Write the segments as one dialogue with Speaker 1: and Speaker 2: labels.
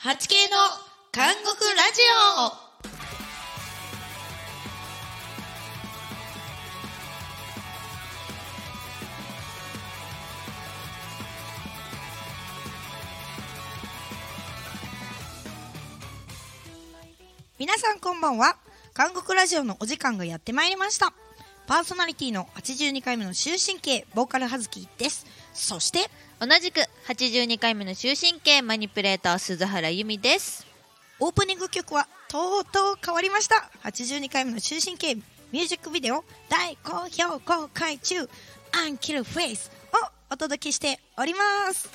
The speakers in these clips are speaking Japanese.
Speaker 1: 8K の監獄ラジオ皆さんこんばんは韓国ラジオのお時間がやってまいりましたパーソナリティの82回目の終身刑ボーカル葉月ですそして
Speaker 2: 同じく82回目の終身刑マニピュレーター鈴原由美です
Speaker 1: オープニング曲はとうとう変わりました82回目の終身刑ミュージックビデオ大好評公開中「アンキルフェイス」をお届けしております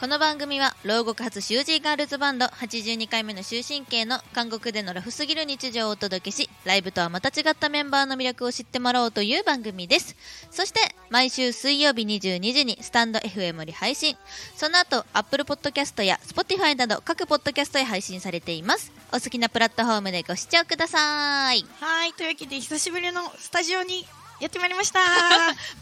Speaker 2: この番組は牢獄発囚人ガールズバンド82回目の終身刑の韓国でのラフすぎる日常をお届けしライブとはまた違ったメンバーの魅力を知ってもらおうという番組ですそして毎週水曜日22時にスタンド FM より配信その後 Apple Podcast や Spotify など各ポッドキャストへ配信されていますお好きなプラットフォームでご視聴ください
Speaker 1: はいというわけで久しぶりのスタジオにやってまいりま した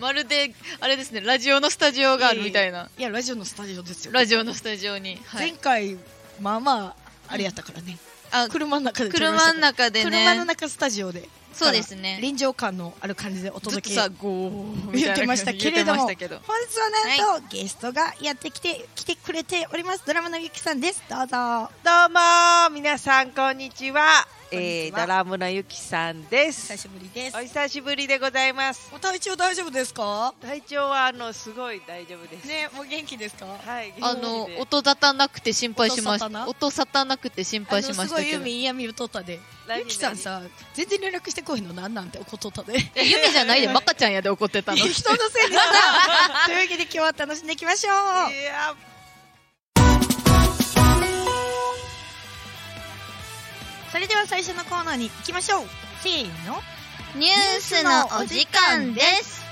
Speaker 2: まるであれですねラジオのスタジオがあるみたいない
Speaker 1: やラジオのスタジオですよ、
Speaker 2: ラジオのスタジオに、はい
Speaker 1: 前、回まあまああれやったからね、
Speaker 2: あ
Speaker 1: 車の中で撮りました
Speaker 2: 車の中でね
Speaker 1: 車の中スタジオで
Speaker 2: そうですね
Speaker 1: 臨場感のある感じでお
Speaker 2: ずっ
Speaker 1: 届
Speaker 2: と
Speaker 1: け
Speaker 2: さゴー
Speaker 1: 言
Speaker 2: みいな
Speaker 1: ってましたけれども
Speaker 2: 言ってましたけど
Speaker 1: 本日はなんと、ゲストがやってきて来てくれておりますドラマのゆきさんですどうぞ
Speaker 3: どうも皆さんこんにちは
Speaker 1: こんに
Speaker 3: え
Speaker 1: ち
Speaker 3: ー、
Speaker 1: は
Speaker 3: ドラムのゆきさんです
Speaker 1: 久しぶりです
Speaker 3: お久しぶりでございます
Speaker 1: お体調大丈夫ですか
Speaker 3: 体調はあのすごい大丈夫です、
Speaker 1: ねもう元気ですか
Speaker 3: はい
Speaker 2: あの音沙汰なくて心配しまし
Speaker 1: 音沙汰な
Speaker 2: た音沙汰なくて心配し
Speaker 1: あの
Speaker 2: ま
Speaker 1: す
Speaker 2: し
Speaker 1: ご
Speaker 2: た
Speaker 1: い
Speaker 2: け
Speaker 1: ユ
Speaker 2: ど
Speaker 1: ミ嫌味を取ったで
Speaker 3: 何
Speaker 1: ゆきさんさ全然連絡してこいのなんなんて怒っとったで
Speaker 2: えゆみじゃないでバカちゃんやで怒ってたの
Speaker 1: 人のせいでさ というわけで今日は楽しんでいきましょう
Speaker 3: 何いや
Speaker 1: それでは最初のコーナーに行きましょうせーの
Speaker 2: ニュースのお時間です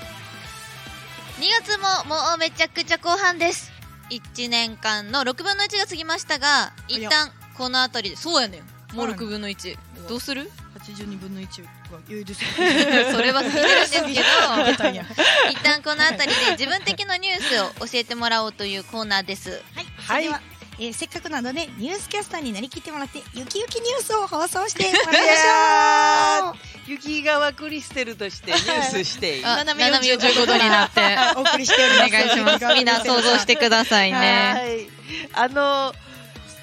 Speaker 2: 2月ももうめちゃくちゃ後半です1年間の6分の1が過ぎましたが一旦この辺りでそうやねんもう6分の1、どうする
Speaker 1: 82分の1は余裕です
Speaker 2: それは過ぎるんです けど
Speaker 1: 出たんや
Speaker 2: 一旦この辺りで自分的なニュースを教えてもらおうというコーナーです
Speaker 1: はい、
Speaker 3: はい
Speaker 1: それでは、えーせっかくなのでニュースキャスターになりきってもらってゆきゆきニュースを放送してもらいましょう
Speaker 3: 雪川クリステルとしてニュースしている
Speaker 2: あ
Speaker 1: 斜め
Speaker 2: 斜め45度になって
Speaker 1: お送りしてお
Speaker 2: お願
Speaker 1: り
Speaker 2: い
Speaker 1: ます
Speaker 2: し ますみんな想像してください
Speaker 3: は
Speaker 2: ね
Speaker 3: いあの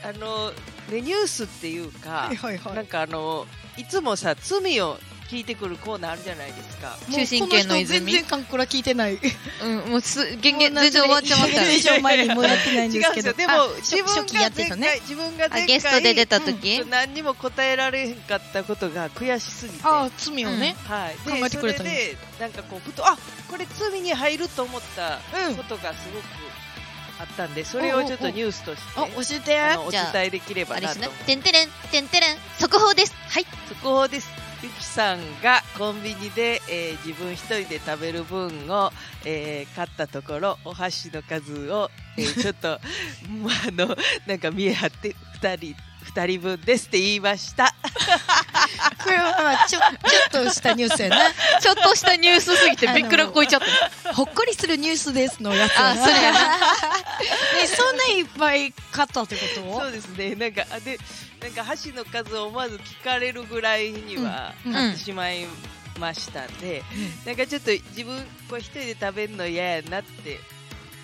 Speaker 3: あの、ね、ニュースっていうか
Speaker 1: はいはいはい
Speaker 3: なんかあのいつもさ罪を聞いてくるコーナーあるじゃないですか
Speaker 1: もう
Speaker 2: 中心圏の泉
Speaker 1: こ人全然韓国は聞いてない
Speaker 2: うんもうす全然全然終わっちゃいました
Speaker 1: 1年以上前にもうやってないんですけど
Speaker 3: 違 うんですよで
Speaker 1: あ
Speaker 3: も
Speaker 1: 初
Speaker 3: 自分
Speaker 1: 初期や
Speaker 3: が
Speaker 1: って
Speaker 3: 前
Speaker 1: た
Speaker 3: 回、
Speaker 1: ね
Speaker 3: 自分が前
Speaker 2: あ
Speaker 3: 回
Speaker 2: ゲストで出た時、
Speaker 3: 何にも答えられへんかったことが悔しすぎて
Speaker 1: ああ罪をね、
Speaker 3: はい、で
Speaker 1: 考えてくれた
Speaker 3: そ
Speaker 1: ね
Speaker 3: れでなんかこうふとあこれ罪に入ると思った
Speaker 1: うん
Speaker 3: ことがすごくあったんでそれをちょっとニュースとして
Speaker 1: あ教えて
Speaker 3: あのお
Speaker 2: じ
Speaker 3: 伝
Speaker 2: ゃあ
Speaker 3: えできれば
Speaker 2: あれ
Speaker 3: な
Speaker 2: です
Speaker 3: と
Speaker 2: ねてんてれんてんてれん速報ですはい
Speaker 3: 速報ですゆきさんがコンビニで、えー自分一人で食べる分を、えー買ったところお箸の数を、えーちょっと、まあ、あのなんか見え張って二人二人分ですって言いました
Speaker 1: これはまあちょちょっとしたニュース やな
Speaker 2: ちょっとしたニュースすぎてびっくらこいちゃった
Speaker 1: ほっこりするニュースですのやつや
Speaker 2: あそれやな
Speaker 1: えそんないっぱい買ったってこと
Speaker 3: そうですねなんかあでなんか箸の数を思わず聞かれるぐらいには
Speaker 1: うん
Speaker 3: なってしまいましたんで、なんかちょっと自分こう一人で食べるの嫌やなって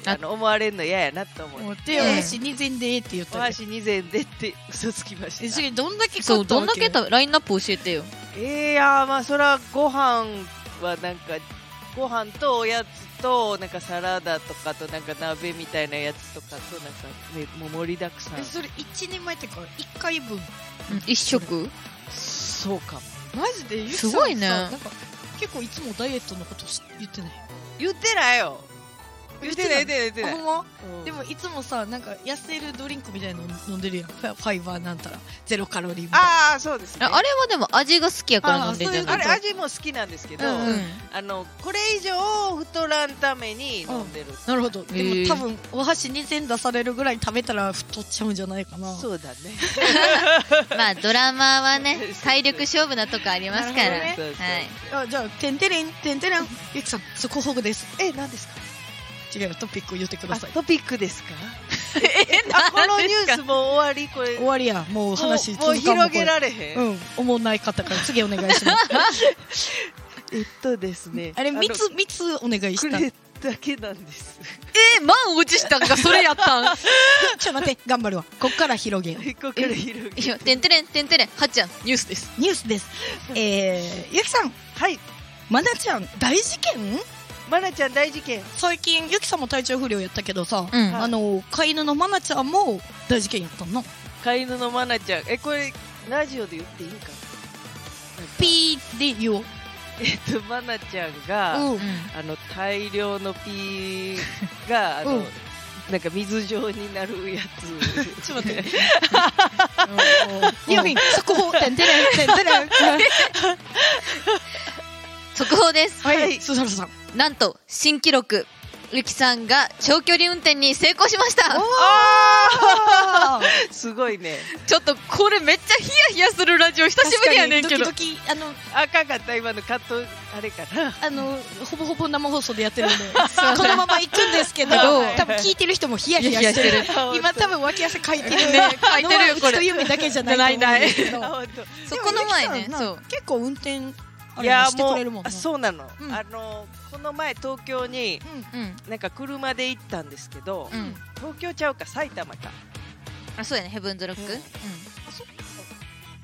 Speaker 2: あ
Speaker 3: あの思われるの嫌やなと思
Speaker 1: もう
Speaker 3: って
Speaker 1: 手を足2膳でって言っ
Speaker 3: お
Speaker 1: たけど
Speaker 3: 箸2膳でって嘘つきまし
Speaker 1: え
Speaker 3: た
Speaker 1: それどんだけ買った
Speaker 2: そう
Speaker 1: わけ
Speaker 2: どんだけたラインナップ教えてよ
Speaker 3: えー、いやーまあそらご飯はなんかご飯とおやつとなんかサラダとかとなんか鍋みたいなやつとかとなんか、ね、もう盛りだくさん
Speaker 1: えそれ1人前ってか1回分
Speaker 2: 一食
Speaker 3: そうかも
Speaker 1: マジでゆきさん
Speaker 2: すごいね
Speaker 1: さなんか結構いつもダイエットのことし言ってない
Speaker 3: 言ってないよ
Speaker 1: 言
Speaker 3: 言
Speaker 1: っな
Speaker 3: っててないい言ってない言ってない
Speaker 1: ほんま
Speaker 3: うん
Speaker 1: でもいつもさなんか痩せるドリンクみたいの飲んでるやんファファイバーなんたらゼロカロリーみたいな
Speaker 3: ああそうですね
Speaker 2: ああれはでも味が好きやから飲んでんじゃ
Speaker 1: あ
Speaker 3: あ
Speaker 2: ない
Speaker 3: れ
Speaker 1: そういうこ
Speaker 3: 味も好きなんですけど、
Speaker 1: うんうん
Speaker 3: あのこれ以上太らんために飲んでる、
Speaker 1: なるほどで
Speaker 2: へ
Speaker 1: も
Speaker 2: ー
Speaker 1: 多分お箸に全出されるぐらい食べたら太っちゃうんじゃないかな
Speaker 3: そうだね
Speaker 2: まあドラマーはね体力勝負なとこありますから、
Speaker 1: なる
Speaker 3: ほどね
Speaker 2: はい
Speaker 1: あじゃあ「てんてれんてんてれん」ゆきさん速報です
Speaker 3: え何ですか
Speaker 1: 違うトピックを言ってくだ
Speaker 3: あ
Speaker 1: さい
Speaker 3: トピックですか えあこのニュースも終わりこれ
Speaker 1: 終わりやもう話
Speaker 3: もうもう
Speaker 1: 続かんも
Speaker 3: 広
Speaker 1: これ
Speaker 3: げられへん、
Speaker 1: うん思んない方から次お願いします
Speaker 3: えっとですね
Speaker 1: あれ三つ
Speaker 3: の
Speaker 1: 三つお願い
Speaker 3: こ
Speaker 1: した
Speaker 3: れだけなんです
Speaker 2: え満落ちしたんがそれやったんい
Speaker 1: ちょっと待って頑張るわこっから広げよう
Speaker 3: ここから広げ
Speaker 2: やてんてれんてんてれんはっちゃんニュースです
Speaker 1: ニュースですえー、ゆきさん
Speaker 3: はい
Speaker 1: まなちゃん大事件
Speaker 3: まなちゃん大事件
Speaker 1: 最近ゆきさんも体調不良やったけどさ、
Speaker 2: うん
Speaker 1: あの飼い犬のまなちゃんも大事件やったの
Speaker 3: 飼い犬のまなちゃんえこれラジオで言っていいんかななんか
Speaker 1: ピーで言おう、
Speaker 3: えっとまなちゃんが、
Speaker 1: うん
Speaker 3: あの大量のピーがあの、
Speaker 1: うん
Speaker 3: なんか水状になるや つ
Speaker 1: ちょっと待ってニオフィン速報てんてれんてんてれん
Speaker 2: 速報です
Speaker 1: は
Speaker 3: はいい
Speaker 1: スザルさん
Speaker 2: なんと新記録ゆきさんが長距離運転に成功しました
Speaker 3: あーすごいね
Speaker 2: ちょっとこれめっちゃヒヤヒヤするラジオ久しぶりやねんけど
Speaker 1: 確かにドキドキあの
Speaker 3: 赤かった今のカットあれかな
Speaker 1: あのほぼほぼ生放送でやってるんでこのまま行くんですけど
Speaker 3: はい
Speaker 1: 多分聞いてる人もヒヤヒヤしてる
Speaker 2: ヒヤ
Speaker 3: ヒヤしてる
Speaker 1: 今多分脇汗かいてるね
Speaker 2: かいてるよこれ
Speaker 1: 一夢だけじゃないと思うんですけど
Speaker 3: あ本当
Speaker 2: そうこの前ね
Speaker 1: でもゆきさんな
Speaker 2: そう
Speaker 1: 結構運転あ
Speaker 3: い
Speaker 1: れ
Speaker 3: や
Speaker 1: してくれるもん
Speaker 3: うあ
Speaker 1: な
Speaker 3: そうなの、
Speaker 1: うん
Speaker 3: あのこの前東京に
Speaker 1: うん
Speaker 2: うん
Speaker 3: なんか車で行ったんですけど、
Speaker 2: うん
Speaker 3: 東京ちゃうか埼玉か
Speaker 2: あそうやねヘブンズロック
Speaker 3: うん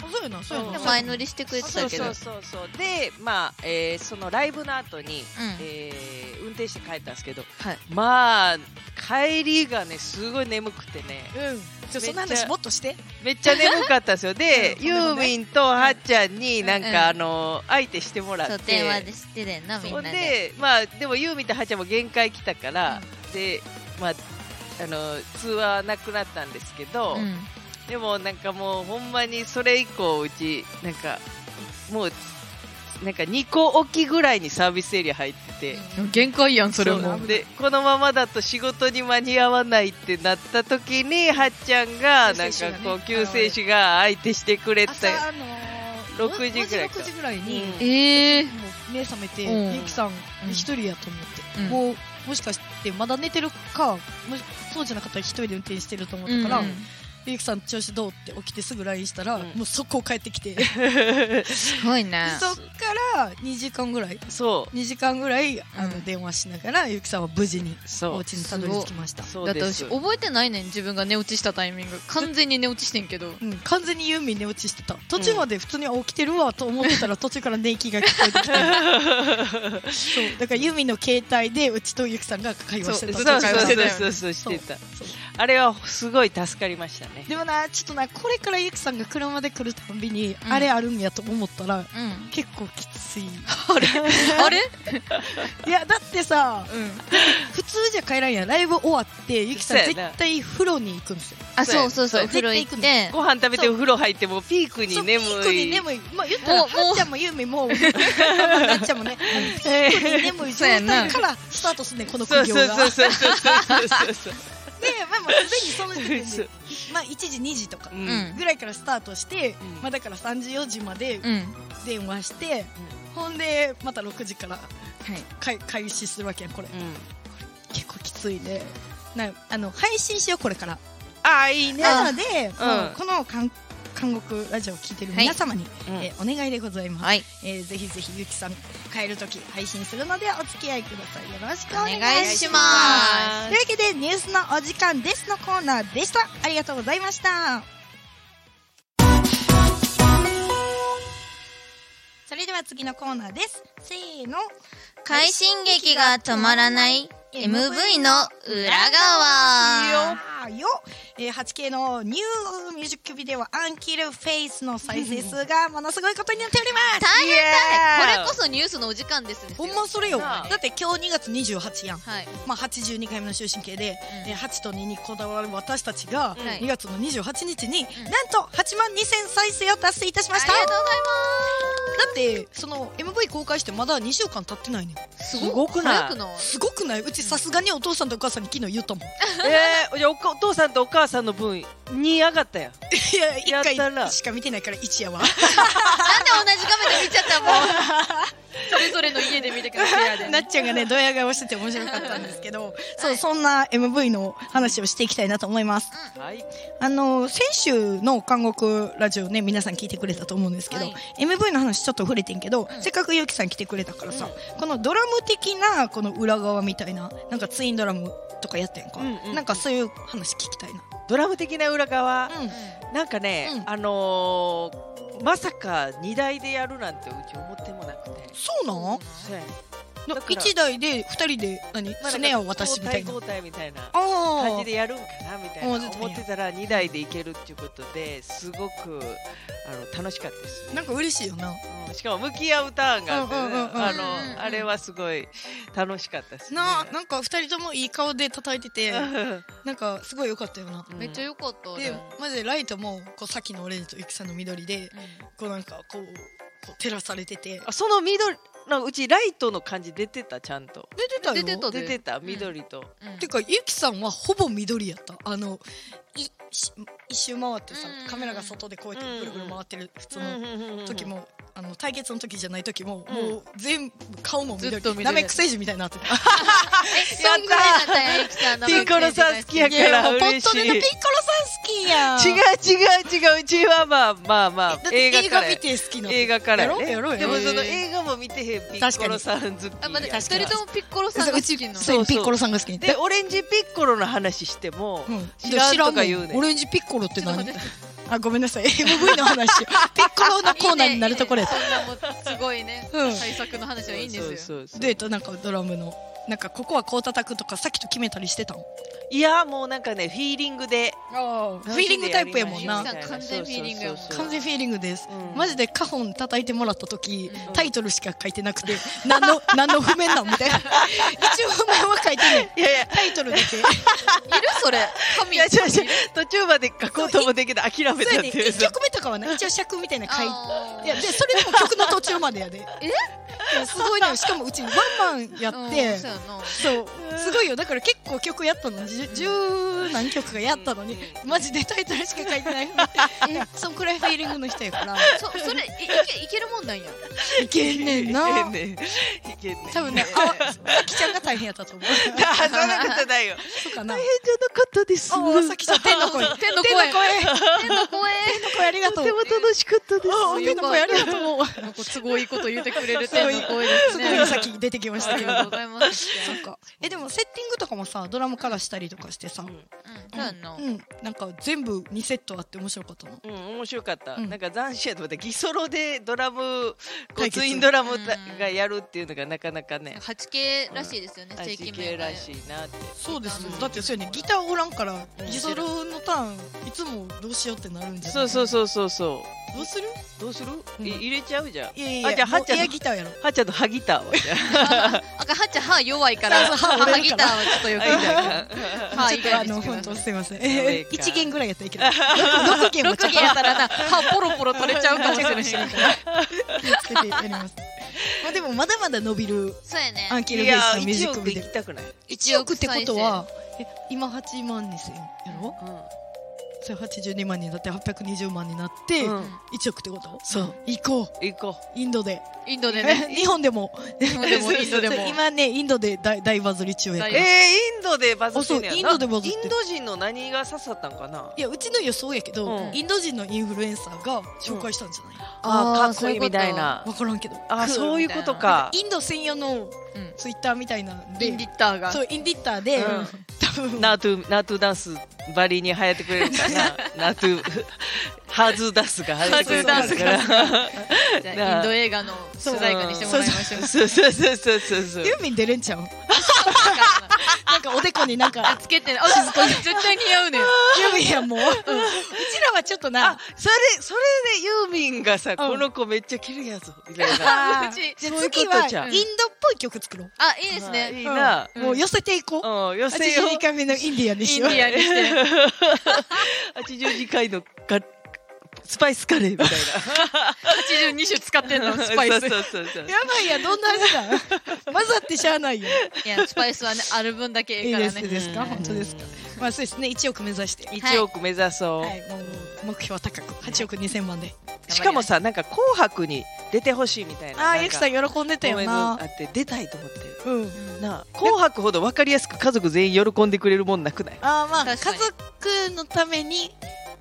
Speaker 1: あそうやなそうやな
Speaker 3: うそん
Speaker 1: そ
Speaker 2: でも
Speaker 1: う
Speaker 2: 前乗りしてくれて
Speaker 3: そ
Speaker 2: た
Speaker 3: う
Speaker 2: けど
Speaker 3: そううそうそうでまあ、えーそのライブの後に、
Speaker 2: ん
Speaker 3: えー運転して帰ったんですけど、
Speaker 2: はい
Speaker 3: まあ帰りがねすごい眠くてね
Speaker 1: うんじゃあそんな
Speaker 3: めっち
Speaker 1: 話
Speaker 3: ゃ
Speaker 1: もっとして
Speaker 3: めっちゃ眠かったんですよで
Speaker 1: うん
Speaker 3: ユーミンとはっちゃんになんか、
Speaker 2: うん
Speaker 3: あの相手してもらっ
Speaker 2: そう
Speaker 3: て
Speaker 2: 電話で知ってたよなみん
Speaker 3: ほ
Speaker 2: なんで
Speaker 3: でまあでもユーミンとはっちゃんも限界来たから、でまああの通話はなくなったんですけど、
Speaker 2: うん
Speaker 3: でもなんかもうほんまにそれ以降うちなんかもうなんか2個置きぐらいにサービスエリア入ってて、
Speaker 2: 限界 やんそ
Speaker 1: れもそうなん
Speaker 3: でこのままだと仕事に間に合わないってなった時にはっちゃんがなんかこう救世主が相手してくれて
Speaker 1: 朝あのー
Speaker 3: 6時ぐらいか
Speaker 1: 5時6時ぐらいに
Speaker 3: うん
Speaker 2: ええ
Speaker 1: もう目覚めて
Speaker 2: うん
Speaker 1: ゆきさん
Speaker 2: ん
Speaker 1: 一人やと思って
Speaker 2: うん
Speaker 1: もうもしかしてまだ寝てるかもしそうじゃなかったら一人で運転してると思ったから
Speaker 2: うん
Speaker 1: ゆきさん調子どうって起きてすぐ LINE したら
Speaker 3: うん
Speaker 1: もう速攻帰ってきて
Speaker 2: すごい な
Speaker 1: そっから2時間ぐらい
Speaker 3: そう
Speaker 1: 2時間ぐらいあ
Speaker 2: う
Speaker 1: の
Speaker 2: ん
Speaker 1: 電話しながらゆきさんは無事にお
Speaker 3: そう
Speaker 1: 家にたどり着きました
Speaker 3: そ
Speaker 2: だっ
Speaker 3: う
Speaker 2: て
Speaker 3: で
Speaker 2: 私
Speaker 3: す
Speaker 2: 覚えてないねん自分が寝落ちしたタイミング完全に寝落ちしてんけど
Speaker 1: うん、完全にユーミン寝落ちしてた途中まで普通に起きてるわと思ってたら途中から寝息が聞こえてきてそうだからユーミンの携帯でうちとゆきさんが会話して
Speaker 3: そう
Speaker 1: た
Speaker 3: そう
Speaker 1: と
Speaker 3: そ
Speaker 1: か
Speaker 2: 会
Speaker 3: う
Speaker 2: 話してたよね
Speaker 3: そうそうしてた
Speaker 1: そう
Speaker 3: あれはすごい助かりましたね
Speaker 1: でもなちょっとなこれからゆきさんが車で来るたんびに、
Speaker 2: うん
Speaker 1: あれあるんやと思ったら
Speaker 2: うん
Speaker 1: 結構きつい
Speaker 2: あれ
Speaker 1: いやだってさ
Speaker 2: うん
Speaker 1: 普通じゃ帰らんやんライブ終わってゆきさん
Speaker 3: そう
Speaker 1: 絶
Speaker 3: やな
Speaker 1: 対風呂に行くんですよ
Speaker 2: あそうそうそう
Speaker 3: そう
Speaker 2: お風呂行っ
Speaker 1: 絶
Speaker 2: て
Speaker 3: ご飯食べてお風呂入ってもうピークに
Speaker 1: そう
Speaker 3: 眠い
Speaker 1: ピークに眠いまあ言ったら
Speaker 2: もうもう
Speaker 1: はっちゃんもユーミン もまあなっちゃんもねピ ークに眠い状態からスタートすんねんこの苦
Speaker 3: そう
Speaker 1: 行
Speaker 3: そう
Speaker 1: が
Speaker 3: そうそうそうそうそう
Speaker 1: で、まあ、もうすでにその時点
Speaker 3: そ
Speaker 1: で
Speaker 3: う、
Speaker 1: まあ、1時、2時とか
Speaker 3: う
Speaker 2: うんん
Speaker 1: ぐらいからスタートして、
Speaker 3: うん
Speaker 1: まあ、だから3時、4時まで
Speaker 2: うん
Speaker 1: 電話して、ほんで、また6時から
Speaker 2: はい
Speaker 1: 開開始するわけやん、これ。
Speaker 3: うん
Speaker 1: 結構きついね。なあの配信しよう、これから。
Speaker 3: ああいいね
Speaker 1: なので、
Speaker 3: うん
Speaker 1: もうこの韓韓国ラジオを聞いてる皆様に、
Speaker 3: うん
Speaker 1: えーお願いでございます、
Speaker 2: はい
Speaker 1: えーぜひぜひゆきさん帰るとき配信するのでお付き合いくださいよろしくお願いし
Speaker 2: お願いします
Speaker 1: というわけでニュースのお時間ですのコーナーでしたありがとうございましたそれでは次のコーナーですせーの
Speaker 2: 快進撃が止まらない MV の裏側
Speaker 1: いいよよ、えー、8K のニューミュージックビデオ「アンキルフェイス」の再生数がものすごいことになっております
Speaker 2: 大変大変
Speaker 3: イエーイ
Speaker 2: これこそニュースのお時間ですです
Speaker 1: ほ
Speaker 2: よ
Speaker 1: んまそれよ
Speaker 3: な
Speaker 1: だ
Speaker 3: あ
Speaker 1: って今日2月28やん
Speaker 2: はい
Speaker 1: まあ、82回目の終身刑で、
Speaker 2: うん
Speaker 1: えー8と2にこだわる私たちが
Speaker 2: はい
Speaker 1: 2月の28日に、なんと8万2000再生を達成いたしました
Speaker 2: ありがと
Speaker 1: だ
Speaker 2: うござい
Speaker 1: ってその MV 公開してまだ2週間経ってないねん
Speaker 2: ます
Speaker 3: すごくない
Speaker 2: 早くない
Speaker 1: すごくないうちさすがにお父さんとお母さんに昨日言ったもん
Speaker 3: えー、じゃあおかお父さんとお母さんの分に上がったやん
Speaker 1: いや
Speaker 3: やった
Speaker 1: 1
Speaker 3: ら
Speaker 1: 回しか見てないから1やわ
Speaker 2: なんで同じ画面で見ちゃったもん それぞれの家で見てください
Speaker 1: なっちゃんがねドヤ顔してて面白かったんですけど、そうそんな MV の話をしていきたいなと思います
Speaker 3: はい
Speaker 1: あの先週の韓国ラジオね皆さん聞いてくれたと思うんですけど、
Speaker 2: はい
Speaker 1: MV の話ちょっと触れてんけど、
Speaker 2: うん
Speaker 1: せっかくゆうきさん来てくれたからさ、このドラム的なこの裏側みたいななんかツインドラムとかやってんか、
Speaker 3: うんうん
Speaker 1: なんかそういう話聞きたいな、
Speaker 3: ドラム的な裏側なんかね、
Speaker 1: うん
Speaker 3: あのーまさか2台でやるなんてうち思ってもなくて
Speaker 1: そうなん
Speaker 3: そうやね
Speaker 1: な
Speaker 3: だから
Speaker 1: 1台で2人で何
Speaker 3: まあ
Speaker 1: スネアを渡しみたいな
Speaker 3: 交代交代みたいな感
Speaker 1: あ
Speaker 3: じでやるんかなみたい
Speaker 1: あーずっ
Speaker 3: な
Speaker 1: と
Speaker 3: 思ってたら2台でいけるっていうことですごくあの楽しかったです
Speaker 1: あなんか嬉しいよな
Speaker 3: うんしかも向き合うターンがあってね
Speaker 1: うんうんうんうん
Speaker 2: うん
Speaker 3: あ
Speaker 2: うん
Speaker 3: のあれはすごい楽しかったですね
Speaker 1: ななんか2人ともいい顔で叩いててなんかすごい良かったよな
Speaker 3: うん
Speaker 2: めっちゃ良かった
Speaker 1: で
Speaker 2: ね
Speaker 1: マジでライトもこうさっきのオレンジとゆきさんの緑でこうなんかこうこう照らされてて
Speaker 3: あその緑なんかうちライトの感じ出てたちゃんと
Speaker 1: 出てたよ
Speaker 2: 出てた
Speaker 3: 出てた
Speaker 2: ん
Speaker 3: 緑と、
Speaker 2: うんうん
Speaker 1: てかゆきさんはほぼ緑やったあのいし一周回ってさ
Speaker 2: うんうんうん
Speaker 1: カメラが外でこうやってぐるぐる回ってる普通の
Speaker 3: の
Speaker 1: 時もあの対決の時じゃない時も
Speaker 3: うん
Speaker 1: もう全部顔も
Speaker 2: ず
Speaker 1: 緑
Speaker 2: っと緑
Speaker 1: なめく星人みたいになってた
Speaker 2: そういうぐらいだったよゆきさんの
Speaker 3: ピーコロさん好きや
Speaker 1: いや
Speaker 3: から
Speaker 1: もうポッ
Speaker 3: 嬉
Speaker 1: ト
Speaker 3: しい
Speaker 1: での
Speaker 3: 違う
Speaker 1: ピッ
Speaker 3: 違
Speaker 1: コロさん好きやん
Speaker 3: う違ううちはまあまあま
Speaker 1: だ
Speaker 3: あ
Speaker 1: って
Speaker 3: 映画
Speaker 1: 映
Speaker 3: か
Speaker 1: 画
Speaker 3: ら
Speaker 1: 見て好きなの
Speaker 3: 映画からね
Speaker 1: やろやろ
Speaker 3: でもその
Speaker 1: へー
Speaker 3: 映画も見てへんピッコロさんずっと
Speaker 2: あ、まあ、で二
Speaker 1: 確かに
Speaker 2: 人ともピッコロさんが好きなの
Speaker 1: そうそうピッコロさんが好き
Speaker 3: でオレンジピッコロの話しても、
Speaker 1: うん
Speaker 3: 知らんとか言うねん
Speaker 1: 知らんもんオレンジピッコロって
Speaker 2: ちょっと
Speaker 1: 何
Speaker 2: 待って
Speaker 1: あごめんなさい MV の 話ピッコロのコーナーになるところやった
Speaker 2: いいねいいねそんなもうすごいね
Speaker 1: うん
Speaker 2: 対策の話はいいんですよ
Speaker 3: そうそうそう
Speaker 1: デートなんかドラムのなんかここはこう叩くとかさっきと決めたりしてたん
Speaker 3: いやもうなんかねフィーリングで
Speaker 1: あフィーリングタイプやもん
Speaker 2: ゆ
Speaker 1: な
Speaker 2: きさん完全フィーリングやもん
Speaker 3: そうそうそう
Speaker 1: 完全フィーリングです、
Speaker 3: うん
Speaker 1: マジでカホン叩いてもらった時、
Speaker 2: うん
Speaker 1: タイトルしか書いてなくて何 の何の譜面なんみたいな一応譜面は書いてない
Speaker 3: いやいや
Speaker 1: タイトルだけそ
Speaker 2: いるそれ神
Speaker 3: いや違う違う途中まで書こうともできない諦め
Speaker 1: う
Speaker 3: た
Speaker 1: や
Speaker 3: って
Speaker 1: ね
Speaker 3: いう
Speaker 1: 1曲目とかはね一応尺みたいなの書いて
Speaker 2: あー
Speaker 1: いやでそれでも曲の途中までやでえすごいねしかもうちワンマンや
Speaker 2: うん
Speaker 1: って、
Speaker 2: そうやな
Speaker 1: そうすごいよだから結構曲やったのじゅ十何曲がやったのにマジでタイトルしか書いてない えそんくらいフィーリングの人やから
Speaker 2: そそれいいけいけるもんなんや
Speaker 1: いけんねん
Speaker 3: いけ
Speaker 1: なん
Speaker 3: ねんいけんねん
Speaker 1: 多分ねあわきちゃんが大変やったと思う
Speaker 3: あそんなことないよ
Speaker 1: そうかなあ
Speaker 3: 大変じゃなかったです
Speaker 1: あさきちゃん天の声
Speaker 2: あ天の声
Speaker 1: 天の声
Speaker 2: 天の声
Speaker 1: 天の声ありがと
Speaker 3: と
Speaker 1: う
Speaker 3: ても楽しかったです
Speaker 1: あ天の声ありがとう
Speaker 2: なんか都合いいこと言うてくれる
Speaker 1: ごい
Speaker 2: 天の声です
Speaker 1: す
Speaker 2: ね
Speaker 1: ごいさっき出てきまし
Speaker 2: あ
Speaker 1: たけ
Speaker 2: り
Speaker 1: ど
Speaker 2: がとうございます
Speaker 1: そっかえでもセッティングとかもさドラムからしたりとかしてさ
Speaker 3: うん
Speaker 2: うんそうやな
Speaker 1: うんなんか全部2セットあって面白かったの
Speaker 3: うん、面白かった、
Speaker 1: うん
Speaker 3: なんか斬新やと思ってギソロでドラムこう
Speaker 1: 対決
Speaker 3: ツインドラムだ
Speaker 2: うん
Speaker 3: がやるっていうのがなかなかね
Speaker 2: 8K らしいですよね正規名
Speaker 3: 系らしいなって
Speaker 1: そうですよだってそうやねギターおらんから
Speaker 3: うん
Speaker 1: ギソロのターンいつもどうしようってなるんじゃない
Speaker 3: そうそ
Speaker 1: そ
Speaker 3: うそうそうそう
Speaker 1: どうする
Speaker 3: うどうする、
Speaker 1: うん
Speaker 3: い入れちゃうじゃん
Speaker 1: いやいやいや
Speaker 3: あじゃあはっちゃん
Speaker 1: もうエアギタ ーやろ
Speaker 3: はっちゃんとハギターはじゃ
Speaker 2: あかはっちゃん歯弱いから
Speaker 1: そうそう歯折
Speaker 2: 歯
Speaker 1: れ
Speaker 2: ギ
Speaker 1: る
Speaker 2: タ
Speaker 1: から
Speaker 2: ーはちょっとよく
Speaker 3: あ
Speaker 2: ない
Speaker 3: ハギターが
Speaker 2: 歯
Speaker 1: ちょ
Speaker 2: 以
Speaker 1: っとあ
Speaker 2: 外に
Speaker 1: の
Speaker 2: してく
Speaker 1: 本
Speaker 2: ださ
Speaker 1: 当
Speaker 2: い
Speaker 1: すいま せん
Speaker 3: ダ メか
Speaker 1: 1弦ぐらいやったらいい けど6弦もちょ
Speaker 2: 6
Speaker 1: っ
Speaker 2: 弦やったらな歯ポロポロ取れちゃうかもしれ ないそ
Speaker 1: と気をつけてやります まあでもまだまだ伸びる
Speaker 2: うやね
Speaker 1: アンキル
Speaker 3: い
Speaker 1: フェイ
Speaker 3: や
Speaker 1: スのミュージ
Speaker 3: 1
Speaker 1: ック
Speaker 3: 億
Speaker 1: ビ
Speaker 3: 行
Speaker 1: デ
Speaker 3: きたくない、
Speaker 1: オ1億ってことはえ今8万2000やろそれ82万になって820万になって
Speaker 3: うん
Speaker 2: ん
Speaker 1: 1億ってこと
Speaker 3: そう
Speaker 1: 行こう
Speaker 3: 行こ
Speaker 1: インドで
Speaker 2: インドでね
Speaker 1: 日本でも
Speaker 2: 日本でもインドでも
Speaker 1: そう今ねインドで大大バズり中やか
Speaker 3: う
Speaker 1: ら
Speaker 3: えー、
Speaker 1: い
Speaker 3: インドでバズってんねやな
Speaker 1: あそうインドでバズってる
Speaker 3: インド人の何が刺さったんかな
Speaker 1: やうちの予想やけど、
Speaker 3: うん
Speaker 1: インド人のインフルエンサーが紹介したんじゃない、
Speaker 2: あー
Speaker 3: ーかっこいいみたいな
Speaker 1: わからんけど
Speaker 3: あそういうことか
Speaker 1: インド専用の
Speaker 2: うん
Speaker 1: ツイッターみたいなんで、
Speaker 2: インディッターが
Speaker 1: そうインディッターで、
Speaker 3: うん
Speaker 1: 多分
Speaker 3: ナートゥナートゥダンスバリに流行ってくれるかなナートゥハーズダンスが流行ってくれる
Speaker 2: ハーズダン
Speaker 3: から
Speaker 2: じゃあインド映画の取材家にしてもらいましょう
Speaker 3: そうそうそうそうそうそう
Speaker 1: ユーミン出れんちゃう
Speaker 2: そうか
Speaker 1: おでこに なんか
Speaker 2: つけてねあ絶対似合うねん
Speaker 1: ユミやもう、うちらはちょっとな
Speaker 3: あそれそれでユーミンがさ、この子めっちゃ綺麗やぞみたいな
Speaker 1: あー
Speaker 2: うち
Speaker 1: じゃ
Speaker 3: そう
Speaker 1: あ
Speaker 3: いうこと
Speaker 1: 次はイン
Speaker 3: じ
Speaker 1: ド
Speaker 3: ゃ
Speaker 1: っ
Speaker 3: ん
Speaker 1: ぽい曲作ろう
Speaker 2: あいいです
Speaker 3: い
Speaker 2: ね
Speaker 3: いな、
Speaker 1: うんもう寄せていこう
Speaker 3: うん、寄せよう
Speaker 1: 82回目のインディアンにし
Speaker 2: イン
Speaker 1: よう
Speaker 2: ディアンにして
Speaker 3: 82回のかスパイスカレーみたい
Speaker 2: 82種使ってん
Speaker 3: な
Speaker 2: のスパ イス
Speaker 3: そうそうそうそう
Speaker 1: やばいやんどんな味だ混ざってしゃあ ないよ
Speaker 2: いやスパイスはねある分だけえ
Speaker 1: い
Speaker 2: え
Speaker 1: い
Speaker 2: から
Speaker 1: で
Speaker 2: ね
Speaker 1: すいいですか
Speaker 3: うん
Speaker 1: 本当ですかまあそうですね1億目指して
Speaker 3: 1億目指そう、
Speaker 1: はいもう目標は高く8億2000万で
Speaker 3: しかもさなんか「紅白」に出てほしいみたいな
Speaker 1: ああゆきさん
Speaker 3: ん
Speaker 1: 喜んでたよな
Speaker 3: あって出たいと思ってる
Speaker 1: うん
Speaker 3: なあ紅白ほど分かりやすく家族全員喜んでくれるもんなくない
Speaker 1: あーまあ家
Speaker 2: 確かに
Speaker 1: 族のために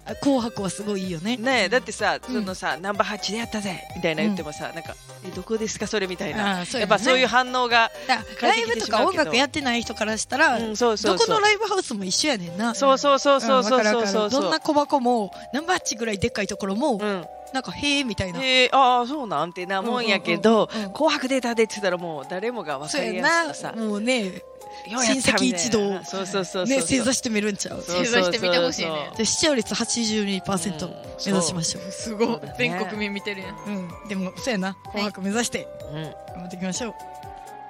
Speaker 1: あ紅白はすごいいいよね
Speaker 3: ねえだってさ、
Speaker 1: うん
Speaker 3: そのさナンバー8でやったぜみたいな言ってもさ、なんかえどこですかそれみたいな、
Speaker 1: あーそ
Speaker 3: やっぱそういうう反応が、
Speaker 1: やねだからライブとか音楽やってない人からしたら
Speaker 3: うん
Speaker 1: ど
Speaker 3: そうそうそう
Speaker 1: このライブハウスも一緒やねんな
Speaker 3: そうそうそうそうそう
Speaker 1: うんわかる
Speaker 3: そ
Speaker 1: わか
Speaker 3: う
Speaker 1: る
Speaker 3: そう
Speaker 1: どんな小箱もナンバー8ぐらいでっかいところも
Speaker 3: うん
Speaker 1: なんかへえみたいな
Speaker 3: でああそうなんてなもんやけど、
Speaker 1: うんうんうんうん
Speaker 3: 紅白データでって言ったらもう誰もが分
Speaker 1: そ
Speaker 3: か
Speaker 1: う
Speaker 3: り
Speaker 1: や
Speaker 3: やすくさ
Speaker 1: なもうね
Speaker 3: ようやったみたいな
Speaker 1: 親戚一同
Speaker 3: そうそうそうそう
Speaker 1: ね正座してみるんちゃう
Speaker 3: そうそうそう
Speaker 2: 正座してみてほしいね
Speaker 1: で視聴率82%目指しましょう
Speaker 2: すご
Speaker 3: そ
Speaker 2: いう
Speaker 3: だね
Speaker 2: 全国民見てるやん
Speaker 1: うんでもそうやな紅白目指して
Speaker 3: うんうん
Speaker 1: 頑張っていきましょう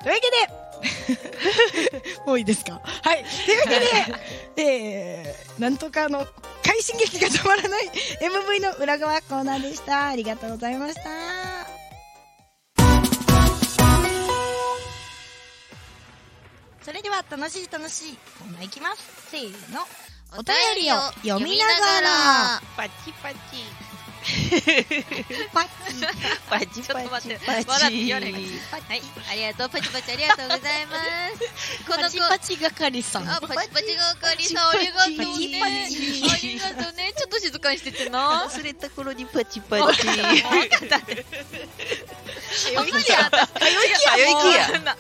Speaker 1: というわけで もういいですかはいというわけで、えー、なんとかあの快進撃が止まらない MV の裏側コーナーでしたありがとうございましたそれでは楽しい楽しいコーナーいきますせーのお便りを読みながら
Speaker 3: パチパチ
Speaker 1: パッ
Speaker 3: パチ
Speaker 2: ちょっと待って
Speaker 3: パチ
Speaker 2: 笑ってやれへんはいありがとうパチパチありがとうございますこの
Speaker 1: パチ
Speaker 2: 子
Speaker 1: パチ係さん
Speaker 2: あパチパチがおかりさんありがとうね
Speaker 1: パチパチ
Speaker 2: ありがとうねちょっと静かにして てな
Speaker 3: 忘れた頃にパチパチ
Speaker 2: あんまりやった
Speaker 3: 早いきや
Speaker 2: ななんやねん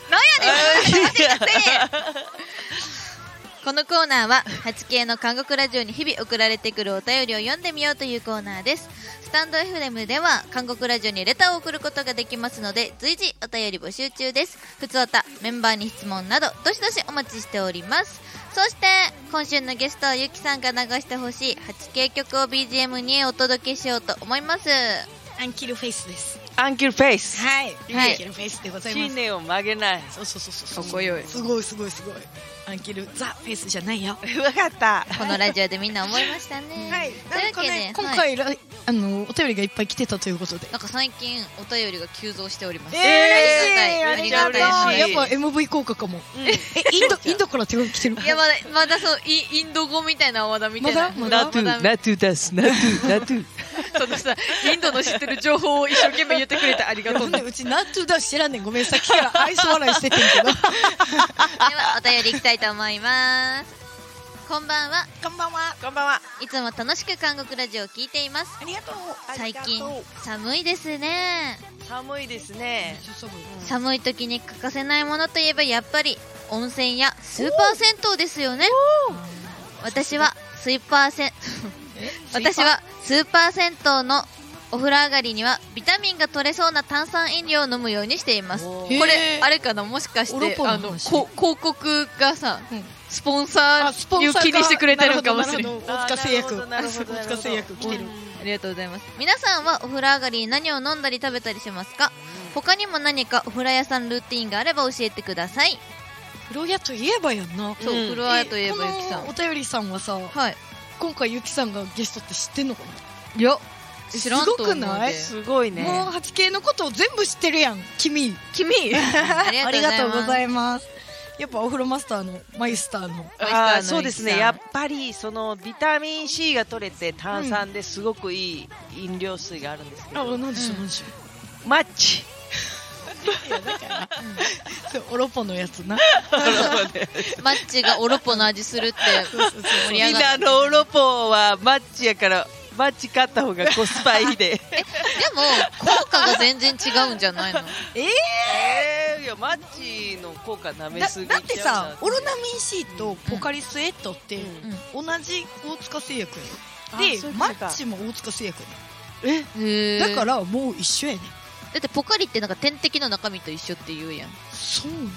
Speaker 2: このコーナーは 8K の韓国ラジオに日々送られてくるお便りを読んでみようというコーナーですスタンド FM では韓国ラジオにレターを送ることができますので随時お便り募集中ですふつおたメンバーに質問などどしどしお待ちしておりますそして今週のゲストはゆきさんが流してほしい 8K 曲を BGM にお届けしようと思います
Speaker 1: アンキルフェイスです
Speaker 3: アンキルフェイス
Speaker 1: はい
Speaker 2: はい
Speaker 1: アンキルフェイスでございます
Speaker 3: 信念を曲げない
Speaker 1: そうそうそうそう
Speaker 2: かっこよい
Speaker 1: すごいすごいすごいアンキルザ・フェイスじゃないよ
Speaker 3: 分かった
Speaker 2: このラジオでみんな思いましたね
Speaker 1: はいなか
Speaker 2: というんわけで、
Speaker 1: ね今
Speaker 2: は
Speaker 1: 回
Speaker 2: い
Speaker 1: らあのお便りがいっぱい来てたということで
Speaker 2: なんか最近お便りが急増しております。
Speaker 1: え
Speaker 2: ー
Speaker 1: ー
Speaker 2: ありがたい
Speaker 1: あ
Speaker 2: あり
Speaker 1: りが
Speaker 2: が
Speaker 1: と
Speaker 2: た
Speaker 1: う
Speaker 2: い
Speaker 1: やっぱ MV 効果かも
Speaker 3: うん
Speaker 1: えインドインドから手紙来てる
Speaker 2: いやまだまだそうイインド語みたいなまだ見てない。
Speaker 1: まだ
Speaker 3: ナトゥナトゥダスナトゥナトゥ
Speaker 2: そのさインドの知ってる情報を一生懸命言ってくれてありがと
Speaker 1: ほ
Speaker 2: うんね。
Speaker 1: でうちなんとだ知らんねんごめんさっきから愛想笑いしててんけど
Speaker 2: ではお便りいきたいと思います。こんばんは。
Speaker 1: こんばんは
Speaker 3: こんばんはい
Speaker 2: つも楽しく韓国ラジオを聞いています。
Speaker 1: ありがとう
Speaker 2: 最近寒いですね。
Speaker 3: 寒いですね
Speaker 2: 寒い時に欠かせないものといえばやっぱり温泉やスーパー銭湯ですよね私はスーパー銭 私はスーパー銭湯のお風呂上がりにはビタミンが取れそうな炭酸飲料を飲むようにしていますこ
Speaker 3: お
Speaker 1: ーへ
Speaker 2: れ
Speaker 1: ー
Speaker 2: あれかなもしかし
Speaker 1: オロ
Speaker 2: て
Speaker 1: ポンの
Speaker 2: あの
Speaker 1: 話
Speaker 2: こ広告がさ
Speaker 1: うん
Speaker 2: スポンサーを気にしてくれてるのかもしれ
Speaker 1: な
Speaker 2: な
Speaker 1: る
Speaker 2: い
Speaker 1: ほどなるほど大塚製薬
Speaker 3: あなるほどなるほど
Speaker 1: 大塚製薬来てる
Speaker 2: ありがとうございます皆さんはお風呂上がりに何を飲んだり食べたりしますか他にも何かお風呂屋さんルーティンがあれば教えてください
Speaker 1: 風呂屋といえばやんな
Speaker 2: そう、
Speaker 3: うん
Speaker 2: フロアといえばゆきさん
Speaker 1: このお便りさんはさ
Speaker 2: はい
Speaker 1: 今回ゆきさんがゲストって知ってんのか
Speaker 2: いや
Speaker 1: え
Speaker 2: 知らんと思う
Speaker 1: ご
Speaker 2: です
Speaker 1: くない
Speaker 3: すごい
Speaker 1: な、
Speaker 3: ね
Speaker 1: もう 8K のことを全部知ってるやん君
Speaker 2: 君あ
Speaker 1: ありがとうござ
Speaker 2: い
Speaker 1: いますやっぱお風呂マスターのマイスターの
Speaker 3: あ
Speaker 2: マイ
Speaker 3: ー
Speaker 2: スターの
Speaker 3: そうです
Speaker 2: 石
Speaker 3: ね
Speaker 2: さん
Speaker 3: やっぱりそのビタミン C が取れて炭酸ですごくいい飲料水があるんですけど、
Speaker 1: 何
Speaker 2: でしょう何
Speaker 1: でしょ
Speaker 3: マッチ
Speaker 1: うそうオロポのやつな
Speaker 2: ますマッチがオロポの味するって盛り
Speaker 3: み
Speaker 2: 上
Speaker 3: ん
Speaker 2: が
Speaker 3: な
Speaker 2: る
Speaker 3: あのオロポはマッチやからマッチ買った方がコスパいいで
Speaker 2: えでも効果が全然違うんじゃない の
Speaker 1: えー
Speaker 3: えー、 いやマッチの効果舐め
Speaker 1: だ
Speaker 3: すぎちゃ
Speaker 1: だ
Speaker 3: う
Speaker 1: ってさオロナミン C とポカリスエットって
Speaker 3: うん
Speaker 1: 同じ大塚製薬
Speaker 3: あ
Speaker 1: やで
Speaker 3: そういうこ
Speaker 1: マ
Speaker 3: とか
Speaker 1: ッチも大塚製薬や
Speaker 3: え
Speaker 2: へえ
Speaker 1: ねだかららもう一緒やね
Speaker 2: だってポカリってなんか点滴の中身と一緒って言うやん
Speaker 1: そうなん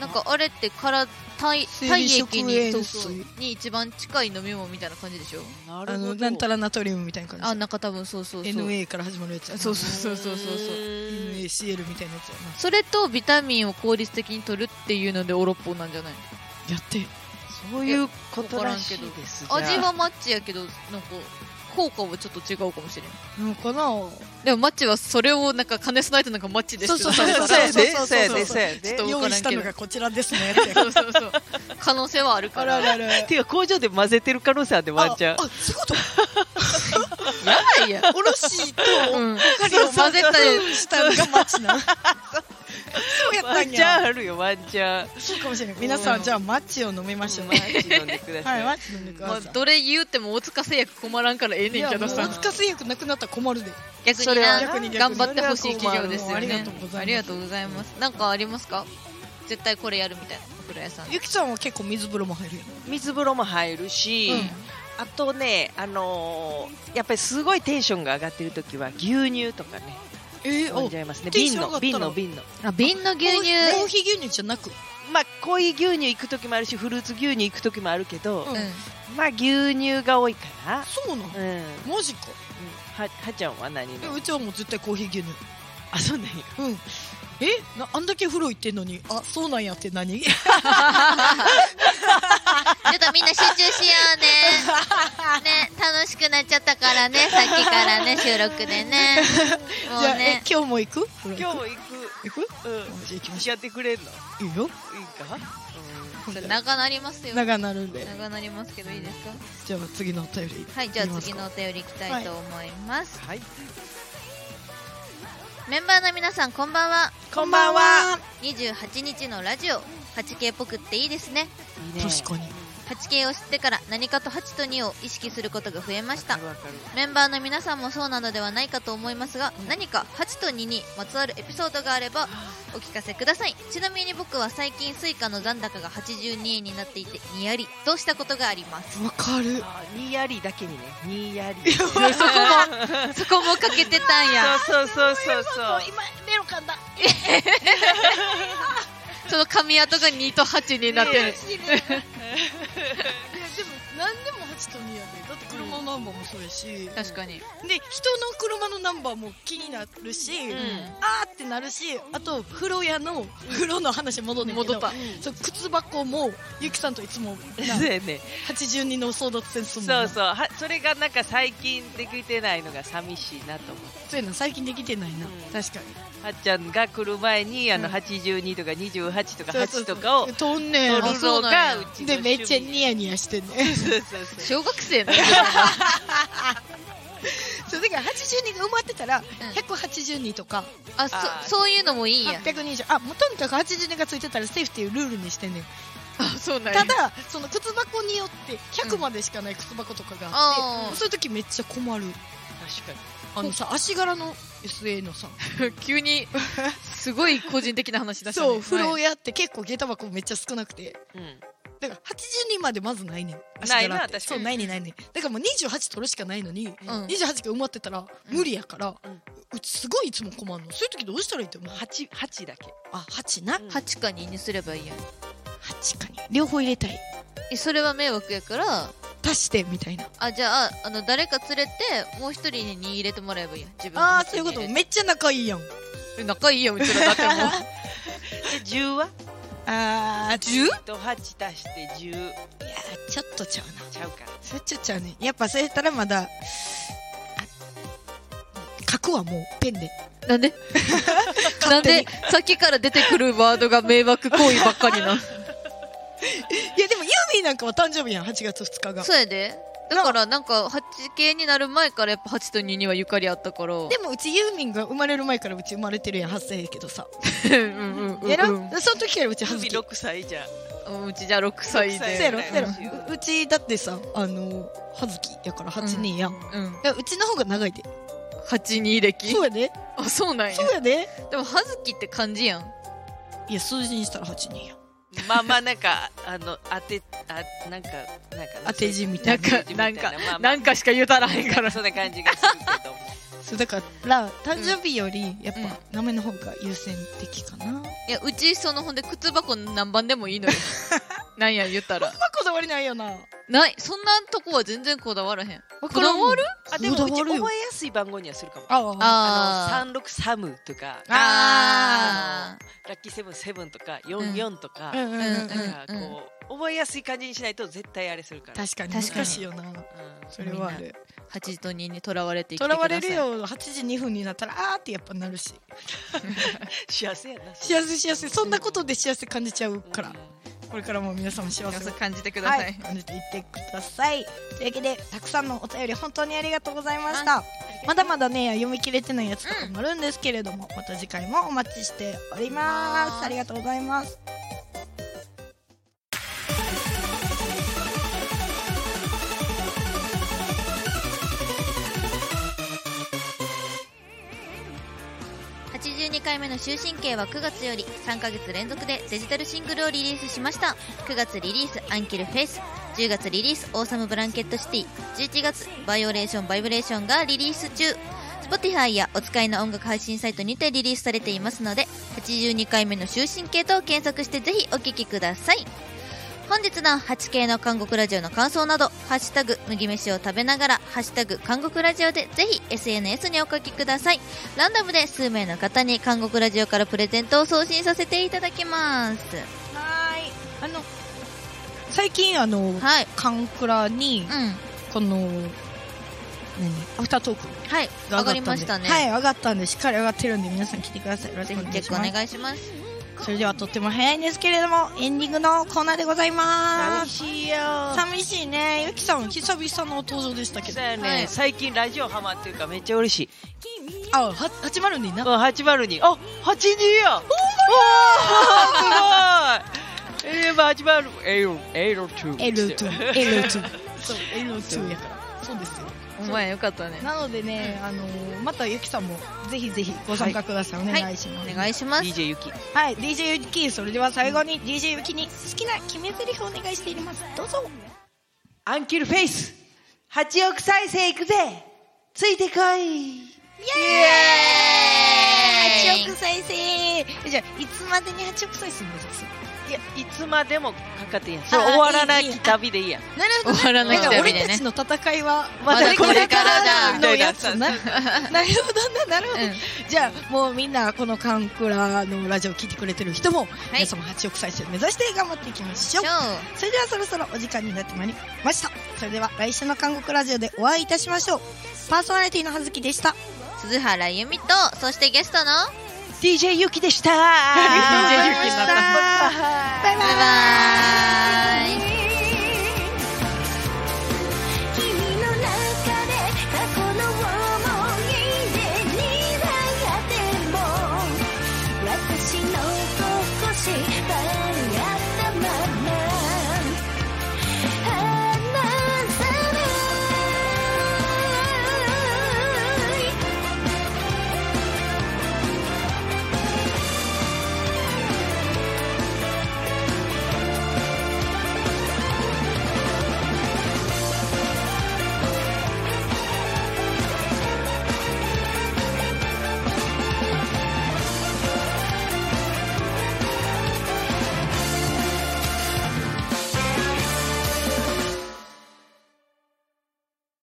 Speaker 2: なんかあれってから体
Speaker 1: 生
Speaker 2: 体
Speaker 1: 理食
Speaker 2: 液に
Speaker 1: 塩
Speaker 2: そう
Speaker 1: 水
Speaker 2: そうに一番近い飲み物みたいな感じでしょ
Speaker 3: なる
Speaker 1: あ
Speaker 3: ほど
Speaker 1: のなんたらナトリウムみたいな感じ
Speaker 2: あなんか多分そうそうそう、
Speaker 1: NA から始まるやつやな
Speaker 2: そうそうそうそうそうそう
Speaker 1: NACL みたいなやつやな
Speaker 2: それとビタミンを効率的に取るっていうのでオロッポなんじゃない
Speaker 1: やって
Speaker 3: そういうことらしいですじゃあ
Speaker 2: 味はマッチやけどなんか効果はちょっと違うかもしれん
Speaker 1: なんかな
Speaker 2: でもマッチはそれをなんか兼ね備えてなんかマッチです
Speaker 1: そうそうそう
Speaker 3: そうやでそうやでそうや
Speaker 2: ちょっ
Speaker 3: で
Speaker 2: とわ
Speaker 1: 用
Speaker 2: からんけど
Speaker 1: 意したのがこちらですねって
Speaker 2: そうそうそう可能性はある か
Speaker 1: あ
Speaker 2: ら
Speaker 1: ららら
Speaker 3: ていうか工場で混ぜてる可能性あって ワンちゃん
Speaker 1: ああそういうこと
Speaker 2: やばいやん
Speaker 1: おろしと
Speaker 2: うん
Speaker 1: 針を混ぜた
Speaker 2: そうそう
Speaker 1: りしたのがマッチなそうやった
Speaker 3: ワン
Speaker 1: ん
Speaker 3: ちゃん
Speaker 1: や
Speaker 3: あるよワンちゃん
Speaker 1: そうかもしれない皆さんじゃあマッチを飲めましょう
Speaker 3: マッチ飲んでくださ
Speaker 1: はい
Speaker 3: い
Speaker 1: マッチ飲んでく
Speaker 2: ま
Speaker 1: だ
Speaker 2: あ
Speaker 1: さい
Speaker 2: どれ言うても大塚製薬困らんからええねんけど
Speaker 1: いやも
Speaker 2: さ
Speaker 1: う大塚製薬なくなったら困るで
Speaker 2: 逆
Speaker 3: そ
Speaker 2: に
Speaker 3: れ
Speaker 2: な
Speaker 3: は
Speaker 1: 逆に逆に
Speaker 2: 頑張ってほしい企業ですよね
Speaker 1: ありがとうございます
Speaker 2: ありがとうございますなんかありますか絶対これやるみたいなお風呂屋さん
Speaker 1: ゆきちゃんは結構水風呂も入るよね
Speaker 3: 水風呂も入るし、
Speaker 2: うん
Speaker 3: あとね、あのーやっぱりすごいテンションが上がってる時は牛乳とかね
Speaker 1: え
Speaker 3: 飲んじ
Speaker 1: ー、
Speaker 3: ゃいますね
Speaker 1: テン
Speaker 3: 瓶
Speaker 1: ション上が
Speaker 3: の
Speaker 1: ったら
Speaker 3: 瓶の瓶の
Speaker 2: あ瓶の牛
Speaker 1: コーヒ
Speaker 2: 乳
Speaker 1: ーコーヒー牛乳じゃなく
Speaker 3: まあ濃い牛乳行く時もあるしフルーツ牛乳行く時もあるけど、
Speaker 1: うん
Speaker 3: まあ牛乳が多いかな
Speaker 1: そうなの
Speaker 3: うん、うん
Speaker 1: マジか
Speaker 3: ははちゃんは何
Speaker 1: え
Speaker 3: の
Speaker 1: うちはもう絶対コーヒー牛乳
Speaker 3: あそうなんや
Speaker 1: うんえなあんだけ風呂行ってんのにあそうなんやって何
Speaker 2: ちょっとみんな集中しようね。ね、楽しくなっちゃったからね、さっきからね、収録でね。もう
Speaker 1: じゃあえ
Speaker 2: ね。
Speaker 1: 今日も行く風呂
Speaker 3: 今日
Speaker 1: 行
Speaker 3: も行
Speaker 1: く行
Speaker 3: く、うん
Speaker 1: じゃあ行きまし
Speaker 3: やってくれんのいい
Speaker 1: くいいよ
Speaker 3: か、
Speaker 2: それ長なりますよ。
Speaker 1: 長
Speaker 2: 長
Speaker 1: なるんで
Speaker 2: なりますけどいいですか
Speaker 1: じゃあ次のお便り
Speaker 2: はい、じゃあ
Speaker 1: いきます
Speaker 2: 次
Speaker 1: か
Speaker 2: のお便りいきたいと思います。
Speaker 3: はい
Speaker 2: メンバーの皆さん、こんばんは。
Speaker 3: こんばんは
Speaker 2: 28日のラジオ、8K っぽくっていいですね。
Speaker 3: いいね
Speaker 1: 確かに
Speaker 2: 8K を知ってから何かと8と2を意識することが増えまし
Speaker 3: わ
Speaker 2: た
Speaker 3: か。るわかる
Speaker 2: メンバーの皆さんもそうなのではないかと思いますが、何か8と2にまつわるエピソードがあればお聞かせくださいちなみに僕は最近スイカの残高が82円になっていてにやりとしたことがあります
Speaker 1: わかる
Speaker 3: あにやりだけにねにやり
Speaker 2: そこもそこもかけてたんや
Speaker 3: そうそうそうそうそう
Speaker 1: 今メロカンだ
Speaker 2: その髪跡が2と8になってる
Speaker 1: いやでも何でも8と2やでだって車のナンバーもそうやし、で人の
Speaker 2: 確かに
Speaker 1: 車のナンバーも気になるし、
Speaker 2: ん
Speaker 1: あーってなるしあと風呂屋の風呂の話戻んねんけど
Speaker 2: 戻った
Speaker 1: そう靴箱もゆきさんといつもな
Speaker 3: そうやね
Speaker 1: 82の争奪戦するもん
Speaker 3: そう
Speaker 1: な
Speaker 3: そうはそれがなんか最近できてないのが寂しいなと思って
Speaker 1: そういうの最近できてないな、
Speaker 3: うん
Speaker 1: 確かに
Speaker 3: はっちゃんが来る前にあの
Speaker 1: うん
Speaker 3: 82とか28とか
Speaker 1: そうそう
Speaker 3: 8とかを取
Speaker 1: とんね
Speaker 3: る
Speaker 1: ん
Speaker 2: あそう
Speaker 3: の
Speaker 2: なん
Speaker 3: が
Speaker 2: や
Speaker 3: うちの
Speaker 1: でめっちゃ
Speaker 3: 趣味
Speaker 1: ニヤニヤしてんねん
Speaker 3: そうそうそう
Speaker 2: 小学生の
Speaker 1: そうだから82が埋まってたら182とか
Speaker 2: あ
Speaker 3: あー
Speaker 2: そそういうのもいいんや
Speaker 1: 820あもうとにかく82がついてたらセーフっていうルールにしてんねん
Speaker 2: あそうな
Speaker 1: ただその靴箱によって100までしかない靴箱とかがあって、
Speaker 2: うん
Speaker 1: そういう時めっちゃ困る
Speaker 3: 確かに
Speaker 1: あのさ足柄の SA のさ、
Speaker 2: 急に すごい個人的な話だしたね
Speaker 1: そう風呂
Speaker 2: はい
Speaker 1: 屋って結構下駄箱めっちゃ少なくて
Speaker 3: うん
Speaker 1: だから82までまずないねん足
Speaker 3: ないな
Speaker 1: 柄って
Speaker 3: 確か
Speaker 1: そ
Speaker 3: に
Speaker 1: うないねんないねんだからもう28取るしかないのに、
Speaker 2: うん
Speaker 1: 28が埋まってたら無理やから、う
Speaker 3: うん
Speaker 1: ちすごいいつも困るのそういう時どうしたらいいと思う
Speaker 3: 8 8だけ
Speaker 1: あ8な、
Speaker 3: うん
Speaker 2: 8か2にすればいいやん
Speaker 1: 8かに両方入れたい
Speaker 2: えそれは迷惑やから
Speaker 1: 足してみたいな
Speaker 2: あじゃああの誰か連れてもう一人に入れてもらえばいいや自分の
Speaker 1: ああ
Speaker 2: 箸
Speaker 1: そういうこと
Speaker 2: に入れて
Speaker 1: めっちゃ仲いいやん
Speaker 2: え仲いいやんうちらだってもう
Speaker 3: で10は
Speaker 1: ああ十
Speaker 3: と8足して10
Speaker 1: いやーちょっとちゃうな
Speaker 3: ちゃうから
Speaker 1: それちょっとちゃうねやっぱそれやったらまだあ書くはもうペンで
Speaker 2: なん でなん
Speaker 1: 手に
Speaker 2: でさっきから出てくるワードが迷惑行為ばっかり な
Speaker 1: いやでもユーミンなんかは誕生日やん8月2日が
Speaker 2: そうやでだからなんか8系になる前からやっぱ8と2にはゆかりあったから
Speaker 1: でもうちユーミンが生まれる前からうち生まれてるやん8歳やけどさ、
Speaker 2: うんうんうん
Speaker 1: やろ、
Speaker 2: うん
Speaker 1: その時からうちはず
Speaker 3: 首
Speaker 1: きそう
Speaker 3: 6歳じゃん
Speaker 2: うちじゃあ6歳
Speaker 3: 六歳
Speaker 1: やろ
Speaker 2: で
Speaker 1: そうやろううちだってさあのはずきやから8人やん、い
Speaker 2: うん
Speaker 1: やうちの方が長いで
Speaker 2: 82歴
Speaker 1: そうやで
Speaker 2: あそうなんや
Speaker 1: そうやで
Speaker 2: でも葉月って漢字やん
Speaker 1: いや数字にしたら8人やん
Speaker 3: まあまあなんかあの当てあなんかなんか
Speaker 1: 当て字みた
Speaker 2: ないん
Speaker 1: な
Speaker 2: か
Speaker 3: みた
Speaker 2: な
Speaker 3: いなん
Speaker 2: か
Speaker 3: まあまあ
Speaker 2: なんかしか言うたらへんから
Speaker 3: そんな感じがするけども
Speaker 1: そうだから誕生日よりやっぱ名前の方が優先的かな、
Speaker 2: いやうちそのほんで靴箱何番でもいいのよ なんや言ったら
Speaker 1: まあこだわりないよな
Speaker 2: ないそんなとこは全然こだわらへん
Speaker 1: こ
Speaker 2: だわる
Speaker 3: あでもうち
Speaker 1: こだ
Speaker 3: 覚
Speaker 1: わ
Speaker 3: え
Speaker 1: るよ
Speaker 3: やすい番号にはするかも
Speaker 1: ああ
Speaker 2: あ
Speaker 3: あの36サムとか
Speaker 1: あ
Speaker 2: あ
Speaker 3: ラッキーセブンセブンとか44とか、
Speaker 1: うんうんうん、
Speaker 2: うん
Speaker 3: なんかこう、覚えやすい感じにしないと絶対あれするから、
Speaker 1: 確かに
Speaker 2: 確か
Speaker 1: 難
Speaker 2: に
Speaker 1: しいよな
Speaker 3: うん
Speaker 1: それはある
Speaker 2: ー8と2にとらわれてい
Speaker 1: とらわれるよ8時2分になったらあーってやっぱなるし
Speaker 3: 幸せやな
Speaker 1: 幸せ幸せそんなことで幸せ感じちゃう
Speaker 3: うん
Speaker 1: からこれからも皆様幸せを
Speaker 2: 感じてくだ
Speaker 1: は
Speaker 2: さい、
Speaker 1: い感じていってくださいというわけでたくさんのお便り本当にありがとうございましたまだまだね読み切れてないやつとかもあるんですけれども、また次回もお待ちしておりますありがとうございます
Speaker 2: 82回目の終身刑は9月より3ヶ月連続でデジタルシングルをリリースしました9月リリース「アンキルフェイス」10月リリース「オーサムブランケットシティ」11月「バイオレーションバイブレーション」がリリース中 Spotify やお使いの音楽配信サイトにてリリースされていますので82回目の終身刑と検索してぜひお聴きください本日の 8K の韓国ラジオの感想など「ハッシュタグ麦飯を食べながら」「ハッシュタグ韓国ラジオ」でぜひ SNS にお書きくださいランダムで数名の方に韓国ラジオからプレゼントを送信させていただきます
Speaker 1: はーい。あの、最近あの、
Speaker 2: はい
Speaker 1: カンクラに
Speaker 2: う、ん
Speaker 1: この、何アフタートーク
Speaker 2: はい
Speaker 1: が
Speaker 2: 上が
Speaker 1: 上
Speaker 2: り
Speaker 1: がった
Speaker 2: ま
Speaker 1: んで。
Speaker 2: したね
Speaker 1: はい、上がったんで、しっかり上がってるんで、皆さん来てください。よろし
Speaker 2: ぜ
Speaker 1: くお
Speaker 2: ひ
Speaker 1: 願い
Speaker 2: チェッ
Speaker 1: し
Speaker 2: クお
Speaker 1: ます。
Speaker 2: 願いします
Speaker 1: それではとっても早いんですけれども、エンディングのコーナーでございま
Speaker 3: 寂
Speaker 1: す。
Speaker 3: しいよ
Speaker 1: 寂しいね。ゆきさん、久々の登場でしたけど
Speaker 3: そう。やね、
Speaker 2: はい
Speaker 3: 最近ラジオハマってるからめっちゃ嬉しい
Speaker 1: あ、は802な。
Speaker 3: うん802あ八82やおーすごいえー、まあ802 L2
Speaker 1: L2、L2。そう、L2 やから。そうですよ。
Speaker 2: お前よかったね
Speaker 1: なのでね、あのまたゆきさんもぜひぜひご参加ください。お願いします。
Speaker 2: お願いします
Speaker 3: DJ ゆき
Speaker 1: はい、DJ ユキ、それでは最後に DJ ユキに好きな決め台詞をお願いしています。どうぞ。
Speaker 3: アンキルフェイス8億再生いくぜついてこい
Speaker 2: イエ
Speaker 1: 8億再生えじゃあ、いつまでに8億再生目指す
Speaker 3: いやいつまでもかかっていいやんそれ
Speaker 1: あ
Speaker 3: 終わらない
Speaker 1: いいいい
Speaker 3: 旅でいいやん
Speaker 1: なる
Speaker 2: ほどね終わらない
Speaker 3: 旅でね
Speaker 1: 俺たちの戦いは、
Speaker 3: まだこれからだ
Speaker 1: のやつ な。なる
Speaker 3: み
Speaker 1: ほどな、なるほど。
Speaker 2: うん
Speaker 1: じゃあ、もうみんな、このカンクラのラジオを聞いてくれてる人も、
Speaker 2: い
Speaker 1: 皆様8億再生目指して頑張っていきましょう
Speaker 2: 超。
Speaker 1: それではそろそろお時間になってまいりました。それでは来週の韓国ラジオでお会いいたしましょう。パーソナリティの葉月でした。
Speaker 2: 鈴原由美とそしてゲストの
Speaker 3: DJ ゆきでした
Speaker 1: りがとうございました
Speaker 3: バ
Speaker 1: バイバイ
Speaker 3: イバイ
Speaker 2: バイバーイ